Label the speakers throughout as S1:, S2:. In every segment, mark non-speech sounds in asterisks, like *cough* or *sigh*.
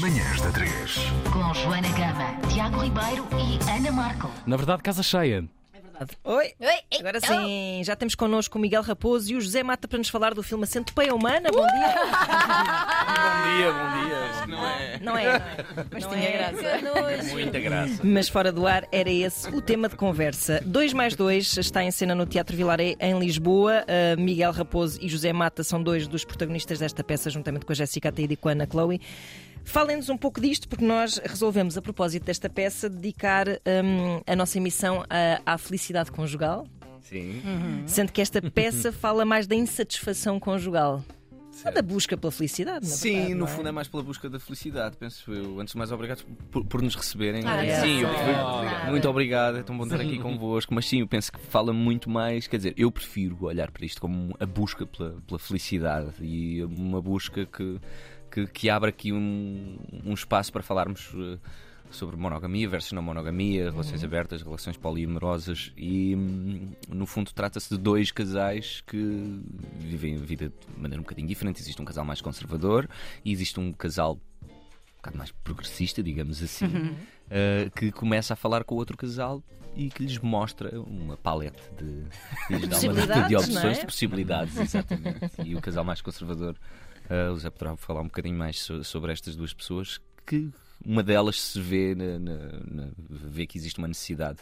S1: Manhãs da 3.
S2: Com Joana Gama, Tiago Ribeiro e Ana Marco.
S3: Na verdade, casa cheia.
S4: Oi!
S2: Oi, ei,
S4: Agora
S2: oh.
S4: sim, já temos connosco o Miguel Raposo e o José Mata para nos falar do filme A Centopeia Humana. Bom dia!
S5: Bom dia, bom dia. Acho que não é.
S4: Uh! Não é? Mas tinha graça.
S5: Muita graça.
S4: Mas fora do ar era esse o tema de conversa. 2 mais 2 está em cena no Teatro Vilaré, em Lisboa. Uh, Miguel Raposo e José Mata são dois dos protagonistas desta peça, juntamente com a Jéssica Ataíde e com a Ana Chloe. Falem-nos um pouco disto, porque nós resolvemos, a propósito desta peça, dedicar hum, a nossa emissão à- à felicidade conjugal.
S5: Sim.
S4: Sendo que esta
S3: *laughs*
S4: peça fala mais da insatisfação conjugal. Ou da busca pela felicidade, na verdade,
S5: Sim, no
S4: não é?
S5: fundo é mais pela busca da felicidade, penso eu. Antes de mais, obrigado por, por nos receberem.
S2: Ah,
S4: obrigada.
S5: sim, eu prefiro-
S2: Obrigada.
S5: Muito obrigado, é tão bom estar aqui convosco. Mas sim, eu penso que fala muito mais. Quer dizer, eu prefiro olhar para isto como a busca pela, pela felicidade e uma busca que, que, que abre aqui um, um espaço para falarmos. eh, Sobre monogamia versus não monogamia, relações abertas, relações poliamorosas, e hum, no fundo trata-se de dois casais que vivem a vida de maneira um bocadinho diferente. Existe um casal mais conservador e existe um casal um bocado mais progressista, digamos assim,
S4: Uhum.
S5: uh, que começa a falar com o outro casal e que lhes mostra uma paleta de, que lhes dá uma lista de
S4: Possibilidades,
S5: opções,
S4: não é?
S5: de possibilidades, exatamente. e o casal mais conservador, uh, o Zé poderá falar um bocadinho mais so- sobre estas duas pessoas que. Uma delas se vê, na- na- na- vê que existe uma necessidade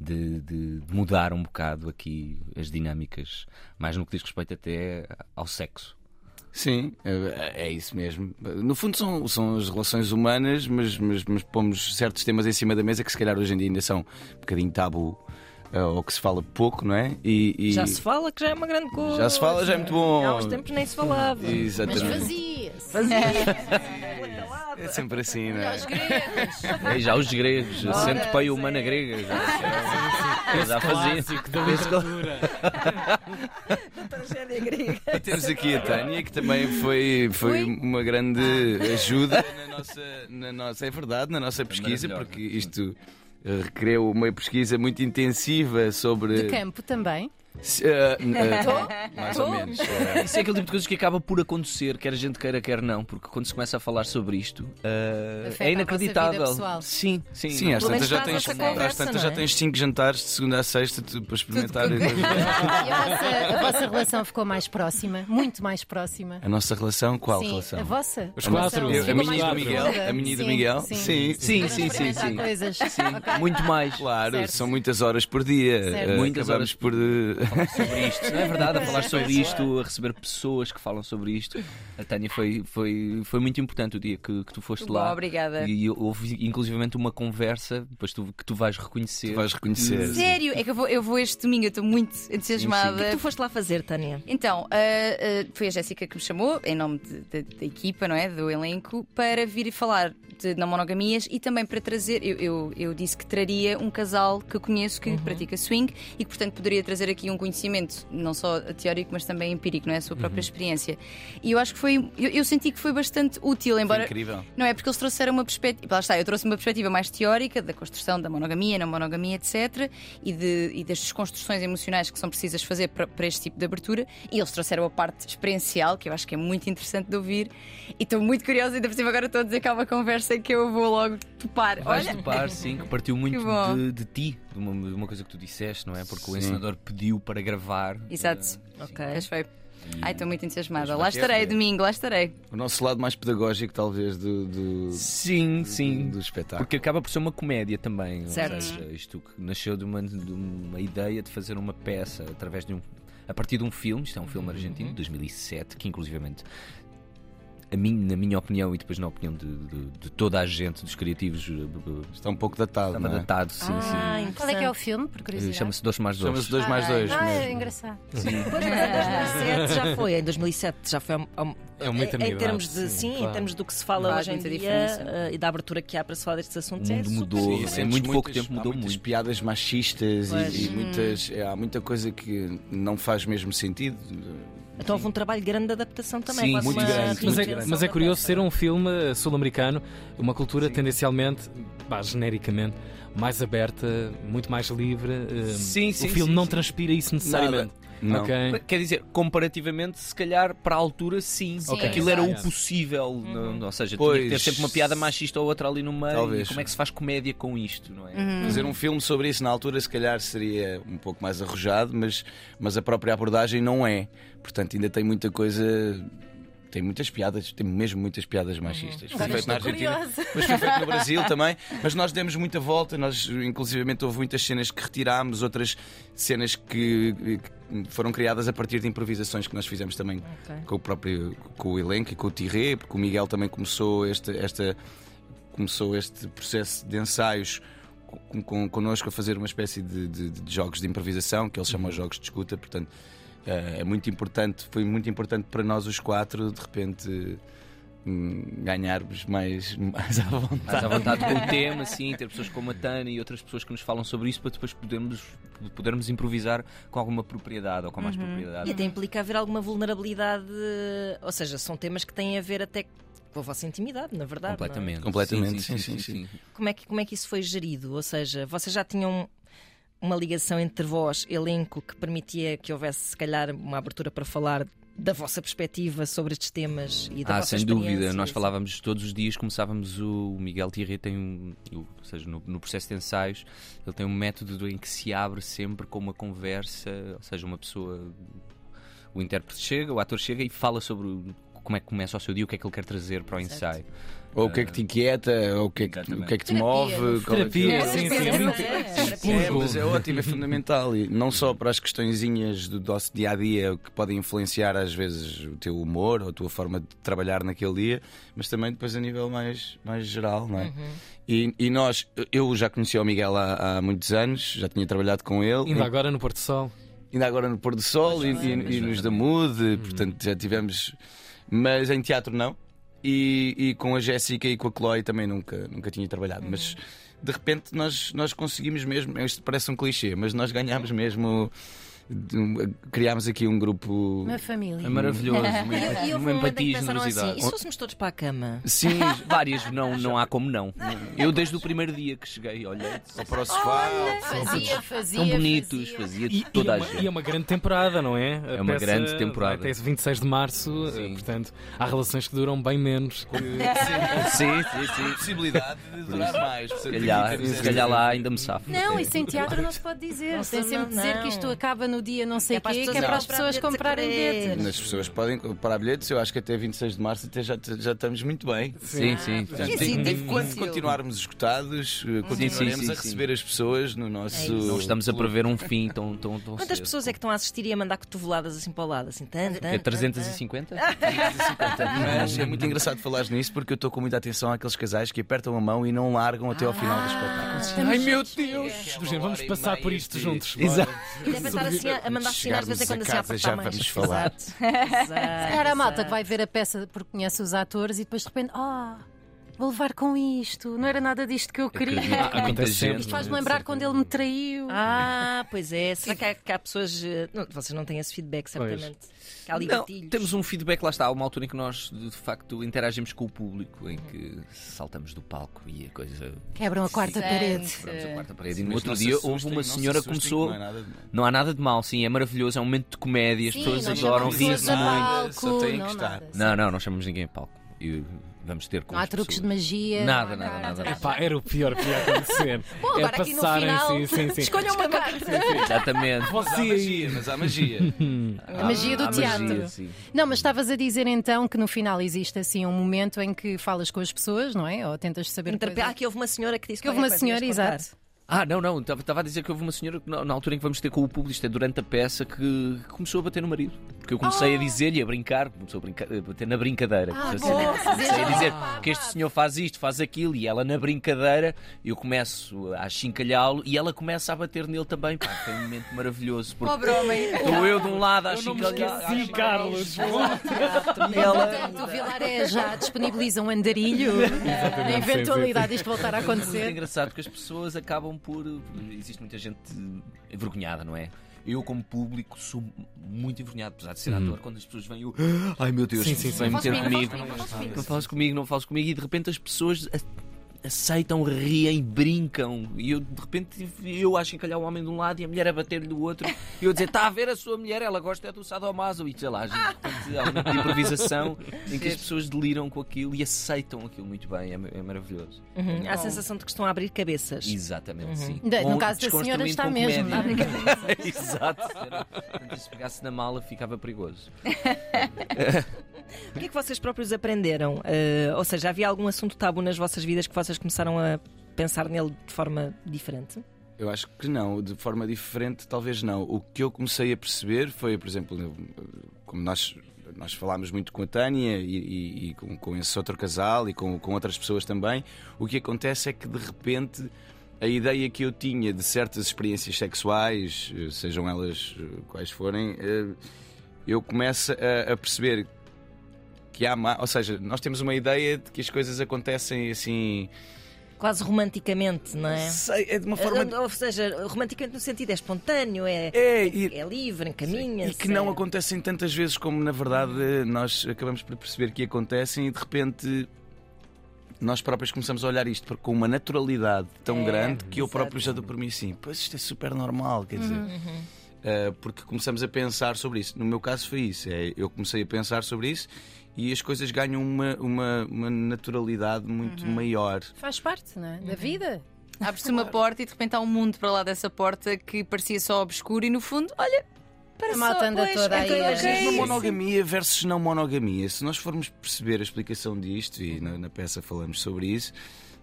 S5: de, de- de mudar um bocado aqui as dinâmicas, mais no que diz respeito até ao sexo.
S6: Sim, é é isso mesmo. No fundo são, são as relações humanas, mas, mas, mas pomos certos temas em cima da mesa que se calhar hoje em dia ainda são um bocadinho tabu eh, ou que se fala pouco, não é? E, e-
S4: Já se fala que já é uma grande coisa.
S6: Já se fala, já é muito bom.
S4: Há uns tempos nem se falava.
S2: Mas
S6: Exatamente.
S2: fazia-se.
S6: É sempre assim, não é?
S5: E É, já os gregos, a centopeia humana grega. é Já, já, já fazia.
S3: Clássico da literatura.
S4: Tragédia grega.
S6: E temos aqui a Tânia, que também foi, foi uma grande
S2: Ah. *laughs*
S6: ajuda na nossa, na nossa- é verdade, na nossa pesquisa,
S5: maravilhosa.
S6: porque isto eh, requereu uma pesquisa muito intensiva sobre.
S7: De campo também.
S6: Se- eh, eh, mais ou
S7: Tô.
S6: menos. eh,
S5: Isso é aquele tipo de coisas que acaba por acontecer, quer a gente queira, quer não, porque quando se começa a falar sobre isto ah,
S7: Afeta
S5: é
S7: a vossa
S5: inacreditável.
S7: vida pessoal.
S5: sim, sim.
S6: Sim,
S5: não-
S6: às
S4: Pelo menos
S6: tantas, já
S4: faz
S6: tens,
S4: essa conversa,
S6: às tantas
S4: não
S6: já
S4: é?
S6: tens cinco jantares de segunda a sexta tu- para experimentar.
S4: *laughs*
S7: E *laughs* a vossa, a vossa relação ficou mais próxima, muito mais próxima.
S6: A nossa relação, qual
S7: sim,
S6: relação?
S7: A vossa?
S3: Os
S7: relação
S3: quatro,
S7: ficou
S3: eu- a
S7: mais
S3: minha e do
S7: profunda?
S6: Miguel, a minha e do
S7: Sim,
S6: Miguel,
S7: Sim,
S6: sim.
S5: Sim, sim, sim,
S7: Experimentar
S5: sim.
S7: coisas. Ok.
S5: Muito mais
S6: Claro,
S7: Certo.
S6: são muitas horas por dia.
S7: Certo.
S6: Eh,
S5: Muitas
S6: Acabamos
S5: horas.
S6: por. eh,
S5: sobre isto, não é verdade? A falar sobre isto, a receber pessoas que falam sobre isto. A Tânia foi, foi, foi muito importante o dia que, que tu foste
S4: Bom,
S5: lá.
S4: obrigada.
S5: E houve inclusivamente uma conversa depois tu, que tu vais reconhecer.
S6: Tu *laughs* vais reconhecer.
S8: Sério, é que eu vou, eu vou este domingo, eu estou muito
S4: O que é *laughs*
S8: entusiasmada.
S4: que tu foste lá fazer, Tânia?
S8: Então, ah, ah, foi a Jéssica que me chamou, em nome de- de- da equipa, não é? Do elenco, para vir falar de não monogamias e também para trazer. Eu, eu, eu disse que traria um casal que eu conheço
S4: Uhum.
S8: que pratica swing e que, portanto, poderia trazer aqui um conhecimento, não só teórico, mas também empírico, não é? A sua
S4: Uhum.
S8: própria experiência. E eu acho que foi. Eu, eu senti que foi bastante útil, embora.
S6: Incrível.
S8: Não é porque eles trouxeram uma perspectiva. Lá está, eu trouxe uma perspectiva mais teórica da construção da monogamia, não monogamia, etc. E, de- e das desconstruções emocionais que são precisas fazer para, para este tipo de abertura. E eles trouxeram a parte experiencial, que eu acho que é muito interessante de ouvir. E estou muito curiosa, ainda por cima agora estou a dizer que há uma conversa em que eu vou logo topar.
S5: Vais
S8: Olha,
S5: topar, sim, que partiu muito
S8: Que bom.
S5: de, de ti, de uma, de uma coisa que tu disseste, não é? Porque o ensinador pediu para gravar.
S8: Exato.
S4: Ok.
S8: Mas foi. Ai, estou muito entusiasmada.
S6: Mas
S8: Lá
S6: vai ter,
S8: estarei,
S6: né?
S8: domingo, lá estarei.
S6: O nosso lado mais pedagógico, talvez, do, do,
S5: Sim, sim.
S6: do espetáculo.
S5: Porque acaba por ser uma comédia também. ou
S4: Certo.
S5: seja, isto que nasceu de uma, de uma ideia de fazer uma peça através de um. a partir de um filme, isto é um filme argentino de 2007, que inclusivamente. a mim- na minha opinião e depois na opinião de, de- de toda a gente, dos criativos, eh,
S6: Está um pouco datado.
S5: estava
S6: não é?
S5: datado, sim,
S4: Ah,
S5: sim.
S7: Qual é que é o
S4: interessante.
S7: filme, por
S5: Eh,
S7: curiosidade?
S5: Chama-se Dois Mais Dois.
S6: Chama-se 2 mais né? 2.
S7: Ah, é engraçado.
S4: Pois, mas em 2007 já foi, em 2007 já foi. há- há-
S3: É uma
S4: em- Em
S3: eternidade,
S4: termos de,
S3: sim,
S4: sim, em
S3: claro.
S4: termos do que se fala
S8: Faz
S4: hoje em
S8: muita
S4: dia
S8: diferença.
S4: eh, e da abertura que há para se falar destes assuntos.
S5: O
S4: é
S5: mundo
S4: super
S5: mudou.
S6: Sim,
S5: Em
S6: sentes
S5: muito pouco
S6: muitas-
S5: tempo mudou
S6: há muitas
S5: muito.
S6: piadas machistas e-
S4: Pois.
S6: e, muitas, é, há muita coisa que não faz mesmo sentido.
S4: Então houve um trabalho grande de adaptação também.
S5: Sim,
S4: quase
S5: muito
S4: uma
S6: grande,
S3: Mas
S6: muito
S3: é,
S4: reinvenção
S3: mas é
S4: da
S3: curioso
S4: peça.
S3: ser um filme sul-americano, uma cultura tendencialmente, pá, genericamente, mais aberta, muito mais livre. eh,
S5: Sim, sim,
S3: O filme
S5: sim,
S3: não
S5: sim.
S3: transpira isso necessariamente.
S6: Nada. Não.
S3: Ok.
S5: Quer dizer, comparativamente, se calhar para a altura, sim.
S8: Sim, Uhum.
S5: Porque Aquilo era o
S3: exato.
S5: possível. não- ou seja,
S6: Pois.
S5: tinha que ter sempre uma piada machista ou outra ali no meio. E
S6: Talvez.
S5: como é que se faz comédia com isto, não é?
S8: Uhum.
S6: Fazer um filme sobre isso na altura, se calhar, seria um pouco mais arrojado, mas, mas a própria abordagem não é. Portanto, ainda tem muita coisa. Tem muitas piadas, tem mesmo muitas piadas machistas. Foi feito na Argentina,
S7: curiosa.
S6: mas foi feito no Brasil também. Mas nós demos muita volta, nós, inclusivamente, houve muitas cenas que retirámos, outras cenas que que foram criadas a partir de improvisações que nós fizemos também com o próprio com o elenco e com o Tirré, porque o Miguel também começou este, esta, começou este processo de ensaios com, com, connosco a fazer uma espécie de, de- de jogos de improvisação, que eles chamam de jogos de escuta, portanto eh, é muito importante, foi muito importante para nós os quatro, de repente hum, ganharmos mais, *laughs* mais à vontade.
S5: Mais à vontade
S8: *laughs*
S5: com o tema, sim, ter pessoas como a Tana e outras pessoas que nos falam sobre isso para depois podermos, podermos improvisar com alguma propriedade ou com
S8: Uhum.
S5: mais propriedade.
S4: E até implica haver alguma vulnerabilidade, ou seja, são temas que têm a ver até com a vossa intimidade, na verdade. não é?
S5: Completamente.
S6: Completamente, Ah, sim, sim,
S5: sim.
S4: Como é que, como é que isso foi gerido? Ou seja, vocês já tinham uma ligação entre vós, elenco, que permitia que houvesse, se calhar, uma abertura para falar da vossa perspectiva sobre estes temas e da
S5: Ah,
S4: vossa
S5: sem dúvida.
S4: experiência?
S5: Nós falávamos todos os dias, começávamos o, o Miguel Tirré tem um, o- ou seja, no, no processo de ensaios, ele tem um método em que se abre sempre com uma conversa, ou seja, uma pessoa, o intérprete chega, o ator chega e fala sobre o- como é que começa o seu dia, o que é que ele quer trazer para o
S7: *laughs*
S5: ensaio.
S6: Ou o que é que te inquieta, ou o que é que,
S5: Exatamente.
S6: o que, é que te
S7: Terapia,
S6: move.
S7: no
S6: qual é que-
S3: Terapia, sim, sim.
S7: Sim.
S3: muito-
S5: *laughs*
S6: É, mas é ótimo, é fundamental. E não só para as questõezinhas do nosso dia a dia que podem influenciar às vezes o teu humor ou a tua forma de trabalhar naquele dia, mas também depois a nível mais, mais geral, não é? E, e nós, eu já conheci o Miguel há, há muitos anos, já tinha trabalhado com ele,
S3: Ainda agora no Porto Sol.
S6: ainda agora no Pôr do Sol e,
S5: é
S6: e- e nos da
S5: Uhum.
S6: Mude, portanto já tivemos. Mas em teatro não. E, e com a Jéssica e com a Chloe também nunca, nunca tinha trabalhado.
S5: Uhum.
S6: Mas de repente nós, nós conseguimos mesmo. Isto parece um clichê, mas nós ganhámos mesmo. de- Criámos aqui um grupo.
S7: Uma família.
S5: É maravilhoso, uma,
S7: E- e
S5: empatia,
S7: houve
S5: uma
S7: um momento em
S5: empatia
S7: que
S5: e
S7: pensaram
S5: generosidade.
S4: assim, E se fôssemos todos para a cama?
S5: Sim, várias, não, não há como não. Eu desde o primeiro dia que cheguei, olhei,
S6: Ou para o sofá.
S7: Fazia, fazia.
S5: são bonitos,
S7: fazia.
S5: fazia
S3: E,
S5: de
S3: e
S5: toda
S3: é
S5: a
S3: uma,
S5: gente.
S3: e é uma grande temporada, não é? A
S5: É uma grande temporada.
S3: Até 26 de março, eh, portanto, há relações que duram bem menos.
S5: Sim, sim, sim.
S6: Possibilidade de durar mais.
S5: Se calhar, se calhar lá ainda me safo.
S7: Não, isso em teatro não se pode dizer.
S4: Não,
S7: Tem
S4: não,
S7: sempre de dizer
S4: não.
S7: que isto acaba no dia não sei
S4: É
S7: o
S4: para as
S7: quê, que é
S4: pessoas
S7: para as
S4: comprar
S7: pessoas comprarem
S4: bilhetes a
S7: bilhetes.
S6: As pessoas podem comprar bilhetes, eu acho que até 26 de março até já, já estamos muito bem.
S5: Sim,
S7: É,
S5: sim.
S6: Portanto,
S4: Sim,
S6: tem-
S4: sim,
S6: tem- quando
S4: difícil.
S6: continuarmos esgotados, eh, continuaremos
S5: sim, sim,
S6: a
S5: sim.
S6: receber as pessoas no nosso.
S5: Não estamos a prever um fim tão, tão, tão
S4: Quantas
S5: cedo.
S4: pessoas é que estão a assistir e a mandar cotoveladas assim para o lado? Assim, tan, tan,
S5: É
S7: *laughs*
S5: 350?
S6: Mas é muito engraçado falares nisso porque eu estou com muita atenção àqueles casais que apertam a mão e não largam até ao final do
S7: Ah,
S6: espetáculo.
S3: Ai meu Deus! Do género, vamos passar por isto juntos. Exato.
S4: E devem estar assim a a mandar sinais de vez em quando
S6: Chegarmos
S4: assim a
S6: a casa,
S4: apertar
S6: já
S4: mais.
S6: vamos falar.
S4: *laughs* Exato. Exato.
S7: Era a malta que vai ver a peça porque conhece os atores e depois de repente, ah, vou levar com isto. Não era nada disto que eu queria.
S5: *laughs* Há muita
S3: Acontece sempre.
S5: gente.
S7: Isto faz-me lembrar quando ele me traiu.
S4: Ah, pois é. Será que há, que há pessoas. eh, não, vocês não têm esse feedback, certamente. Que Há ali
S5: Não,
S4: gatilhos.
S5: temos um feedback, lá está, há uma altura em que nós de de facto interagimos com o público, em que saltamos do palco e a coisa.
S7: Quebram a quarta
S8: Sim.
S7: parede.
S5: Quebramos a quarta parede. E
S6: Mas
S5: no outro
S6: não se
S5: dia houve
S6: assustem,
S5: uma
S6: não se
S5: senhora que
S6: assustem,
S5: começou.
S6: não é nada de mal.
S5: Não há nada de mal, sim, é maravilhoso, é um momento de comédia, as
S7: Sim,
S5: pessoas
S7: nós
S5: adoram
S7: chamamos pessoas
S5: rir-se
S7: a
S5: muito.
S7: palco,
S6: só têm que
S7: não,
S6: estar.
S7: nada.
S5: Não, não, não chamamos ninguém a palco. E vamos ter com
S7: Não há
S5: as
S7: truques de
S5: pessoas.
S7: magia.
S5: Nada,
S7: não há
S5: nada, É nada.
S3: Epá, era o pior que ia acontecer.
S7: Bom,
S3: é
S7: agora aqui no
S3: passarem,
S7: final,
S3: sim, sim, sim.
S7: *laughs* escolham uma carta.
S5: Exatamente.
S6: Mas há magia, mas há *laughs* magia.
S7: A magia do
S5: Há
S7: teatro.
S5: magia, sim.
S7: Não, mas estavas a dizer então que no final existe assim um momento em que falas com as pessoas, não é? Ou tentas saber
S4: Interpe- Ah,
S7: coisas.
S4: aqui houve uma senhora que disse
S7: Que houve uma
S4: qualquer coisa,
S7: senhora,
S4: ias contar.
S7: exato.
S5: Ah, não, não, estava a dizer que houve uma senhora que na, na altura em que vamos ter com o público, isto é durante a peça, que começou a bater no marido. Porque eu comecei a dizer-lhe, a brincar, começou a, brincar, a bater na brincadeira.
S7: Ah,
S5: Começou
S7: bom.
S5: comecei a dizer que este senhor faz isto, faz aquilo, e ela na brincadeira, eu começo a chincalhá-lo e ela começa a bater nele também. Pá, foi um momento maravilhoso. Porque
S8: Pobre homem.
S5: estou eu de um lado a
S3: não me
S5: chincalhar.
S3: esqueci, Carlos.
S5: e ela-
S7: Portanto, o Vilar é já disponibiliza um andarilho na eventualidade disto voltar a
S5: Mas é
S7: acontecer.
S5: engraçado porque as pessoas acabam por. Existe muita gente eh, envergonhada, não é? Eu, como público, sou muito envergonhado, apesar de ser ator, quando as pessoas vêm eu. Ai meu Deus,
S3: Sim, sim,
S5: vem
S3: Hum. sim.
S5: meter
S7: Não
S5: comigo.
S7: falas comigo, não falas comigo, não falas comigo.
S5: Não falas comigo, não falas comigo, e de repente as pessoas. eh, aceitam, riem, brincam. E eu, de repente, tive- eu acho encalhar o homem de um lado e a mulher a bater-lhe do outro. E eu a dizer, está a ver a sua mulher, ela gosta é do sadomaso. E sei lá, a gente, portanto, há uma *laughs* improvisação em que as pessoas deliram com aquilo e aceitam aquilo muito bem. É, ma- é maravilhoso.
S4: Uhum. Há a sensação de que estão a abrir cabeças.
S5: Exatamente, sim.
S7: Da- no
S5: Com-
S7: caso da senhora
S5: desconstruindo
S7: está
S5: com
S7: mesmo.
S5: comédia.
S7: não
S5: *laughs*
S7: é?
S5: Exato. senhora. Portanto, se pegasse na mala ficava perigoso.
S4: O que é que vocês próprios aprenderam? Eh, ou seja, havia algum assunto tabu nas vossas vidas que vocês começaram a pensar nele de forma diferente?
S6: Eu acho que não, de forma diferente, talvez não. O que eu comecei a perceber foi, por exemplo, eu, como nós, nós falámos muito com a Tânia e, e- e com, com esse outro casal e com, com outras pessoas também, o que acontece é que de repente a ideia que eu tinha de certas experiências sexuais, eh, sejam elas eh, quais forem, eh, eu começo a, a perceber que há mais. Ou seja, nós temos uma ideia de que as coisas acontecem assim.
S4: Quase romanticamente, não é?
S6: sei, é de uma forma.
S4: Ou seja, romanticamente no sentido é espontâneo, é,
S6: É, e-
S4: é livre, é- encaminha.
S6: E que não acontecem tantas vezes como, na verdade, nós acabamos por perceber que acontecem e de repente nós próprios começamos a olhar isto por- com uma naturalidade tão
S4: É,
S6: grande que eu
S4: exato.
S6: próprio já dou por mim assim: pois isto é super normal, quer dizer. Uh, porque começamos a pensar sobre isso. No meu caso foi isso. é, eu comecei a pensar sobre isso e as coisas ganham uma, uma, uma naturalidade muito maior.
S7: Faz parte, não é? Da vida.
S8: Abre-se uma porta e de repente há um mundo para lá dessa porta que parecia só obscuro e no fundo, olha, para
S7: A malta anda toda aí,
S8: então,
S7: é.
S8: ok,
S6: Mesmo a
S7: Sim.
S6: monogamia versus não monogamia. Se nós formos perceber a explicação disto, e na, na peça falamos sobre isso,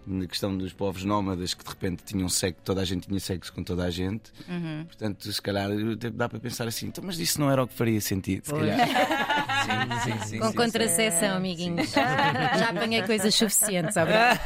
S6: na questão dos povos nómadas que de repente tinham sexo, toda a gente tinha sexo com toda a gente,
S4: Uhum.
S6: portanto, se calhar até dá para pensar assim, então, mas isso não era o que faria sentido. Se
S4: *laughs*
S6: calhar.
S5: Sim, sim, sim.
S7: Com
S5: sim,
S7: contracepção, amiguinhos. *laughs* Já apanhei coisas suficientes, obrigado.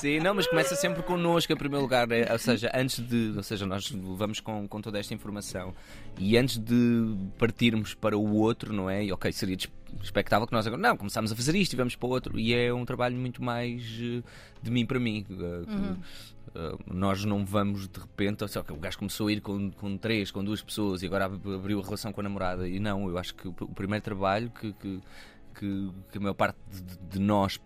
S5: Sim, não, mas começa sempre connosco em primeiro lugar. É, ou seja, antes de. Ou seja, nós vamos com, com toda esta informação e antes de partirmos para o outro, não é? E ok, seria des- expectável que nós agora. Não, começámos a fazer isto e vamos para o outro. E é um trabalho muito mais eh, de mim para mim. eh, que, eh, nós não vamos de repente, ou seja, ok, o gajo começou a ir com, com três, com duas pessoas e agora ab- abriu a relação com a namorada. E não, eu acho que o, pr- o primeiro trabalho que, que, que, que a maior parte de- de- de nós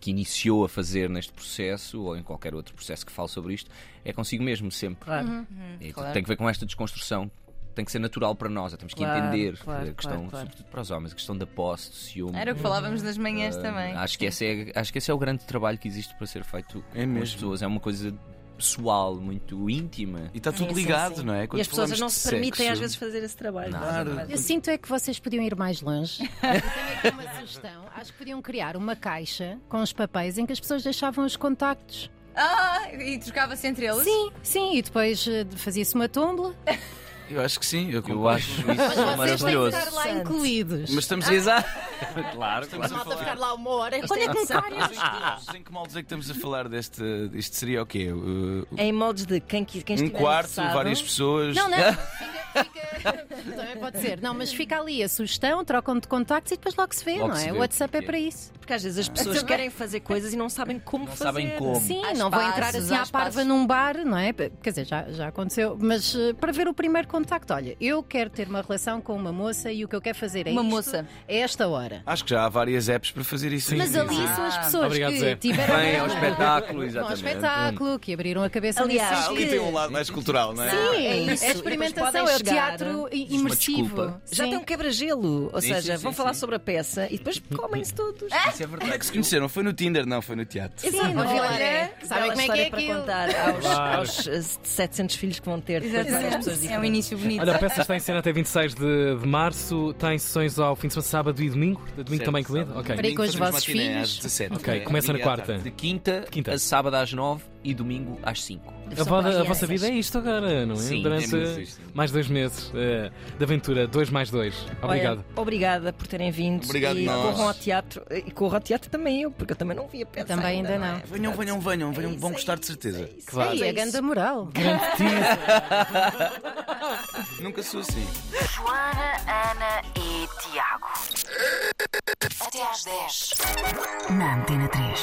S5: que iniciou a fazer neste processo ou em qualquer outro processo que fale sobre isto é consigo mesmo sempre.
S4: Claro.
S5: E
S8: claro.
S5: Tem que ver com esta desconstrução. Tem que ser natural para nós, temos que
S4: Claro,
S5: entender
S4: claro,
S5: a questão,
S4: claro, claro.
S5: sobretudo para os homens, a questão da posse, do ciúme.
S8: Era o que falávamos nas manhãs
S5: Ah,
S8: também.
S5: Acho que, esse é, acho que esse é o grande trabalho que existe para ser feito
S6: É
S5: com as
S6: mesmo.
S5: pessoas. É uma coisa pessoal, muito íntima.
S6: E está tudo
S4: Sim, sim,
S6: ligado,
S4: sim.
S6: não é?
S4: assim. E as pessoas
S6: falamos
S4: não
S6: de
S4: se permitem
S6: sexo-
S4: às vezes fazer esse trabalho.
S5: Nada.
S4: Mas-
S7: Eu sinto é que vocês podiam ir mais longe. Eu tenho aqui uma sugestão. Acho que podiam criar uma caixa com os papéis em que as pessoas deixavam os contactos.
S8: Ah, e trocava-se entre eles?
S7: Sim, sim, e depois eh, fazia-se uma tumble.
S6: Eu acho que sim, eu,
S5: Eu
S6: concordo.
S5: acho isso Ah, maravilhoso.
S7: estar lá incluídos.
S6: Mas estamos
S4: Ah.
S5: Exato. claro,
S6: Estamos a
S5: claro.
S6: falar.
S7: lá uma hora. Olha que caras.
S6: Em que moldes é que estamos a falar deste. Isto seria o quê? Uh,
S4: Em moldes de quem, qui- quem
S6: Um
S4: estiver
S6: quarto,
S4: interessado,
S6: várias pessoas.
S7: Não, não. Fica, fica- *laughs* Também pode ser. Não, mas fica ali a sugestão, trocam de contactos e depois logo se vê,
S5: Logo
S7: não
S5: se
S7: é?
S5: vê.
S7: O WhatsApp é para isso.
S4: Porque às vezes as pessoas querem fazer coisas e não sabem como
S5: Não
S4: fazer.
S5: sabem como.
S7: Sim,
S8: Há
S7: não vou entrar
S8: espaços,
S7: assim
S8: há
S7: à parva
S8: espaços.
S7: num bar, não é? Quer dizer, já, já aconteceu. Mas eh, para ver o primeiro contacto, olha, eu quero ter uma relação com uma moça e o que eu quero fazer é
S8: Uma
S7: isto,
S8: moça.
S7: a esta hora.
S6: Acho que já há várias apps para fazer isso.
S7: Mas
S6: Sim.
S7: ali são as pessoas
S3: Obrigado,
S7: que
S3: Zé.
S7: tiveram.
S5: Vem ao
S7: grana,
S5: espetáculo,
S7: Vão ao
S5: exatamente.
S7: espetáculo, que abriram a cabeça
S4: Aliás,
S7: nisso.
S4: que-
S6: Ali tem um lado mais cultural, não é?
S7: Sim, é
S4: Isso,
S7: isso. É
S4: e depois podem
S7: experimentação, é o
S4: chegar.
S7: teatro i-
S5: uma
S7: imersivo.
S5: desculpa.
S4: Já
S7: Sim. é
S4: tem um quebra-gelo. Ou
S5: Sim,
S4: seja,
S5: sim,
S4: vão
S5: sim,
S4: falar
S5: sim.
S4: sobre a peça e depois comem-se todos.
S5: Isso é
S6: Onde
S5: verdade.
S6: é que se conheceram? Foi no Tinder? Não, foi no teatro.
S7: Sim, no
S8: Olha,
S7: Vilaré. Sabem
S4: Bela
S7: como é que
S4: história
S7: é
S4: para
S7: aquilo?
S4: contar aos,
S3: Claro.
S4: aos, eh, 700 filhos que vão ter. depois várias pessoas
S8: Exatamente. É um
S4: diferentes.
S8: início bonito.
S3: Olha, a peça está em cena até 26 de, de março, tem sessões ao fim de semana, sábado e domingo. Domingo também incluído? Ok.
S7: Para ir com os
S6: Fazemos
S7: vossos
S6: matiné
S7: filhos.
S6: Às 17,
S3: Ok,
S6: não é?
S3: começa na
S6: Domingo à
S3: quarta.
S6: tarde.
S5: De quinta,
S3: quinta.
S5: a sábado às nove e domingo às cinco.
S3: A,
S4: São
S3: voda- a
S4: crianças.
S3: vossa vida é isto agora, não é?
S5: Sim,
S3: Durante
S6: temos isto.
S3: mais dois meses eh, de aventura, dois mais dois. Obrigado.
S4: Olha, obrigada por terem vindo.
S6: Obrigado
S4: e
S6: nós.
S4: corram ao teatro. E corram ao teatro também eu, porque eu também não vi a peça.
S7: Também ainda não.
S6: Venham, venham, venham, venham,
S7: É
S4: isso é
S6: vão
S4: aí,
S6: gostar de certeza.
S3: Claro.
S4: é
S7: Ei, a ganda moral.
S3: Grande teaser.
S6: Nunca sou assim.
S2: Joana, Ana e Tiago. Até às 10. Na Antena 3.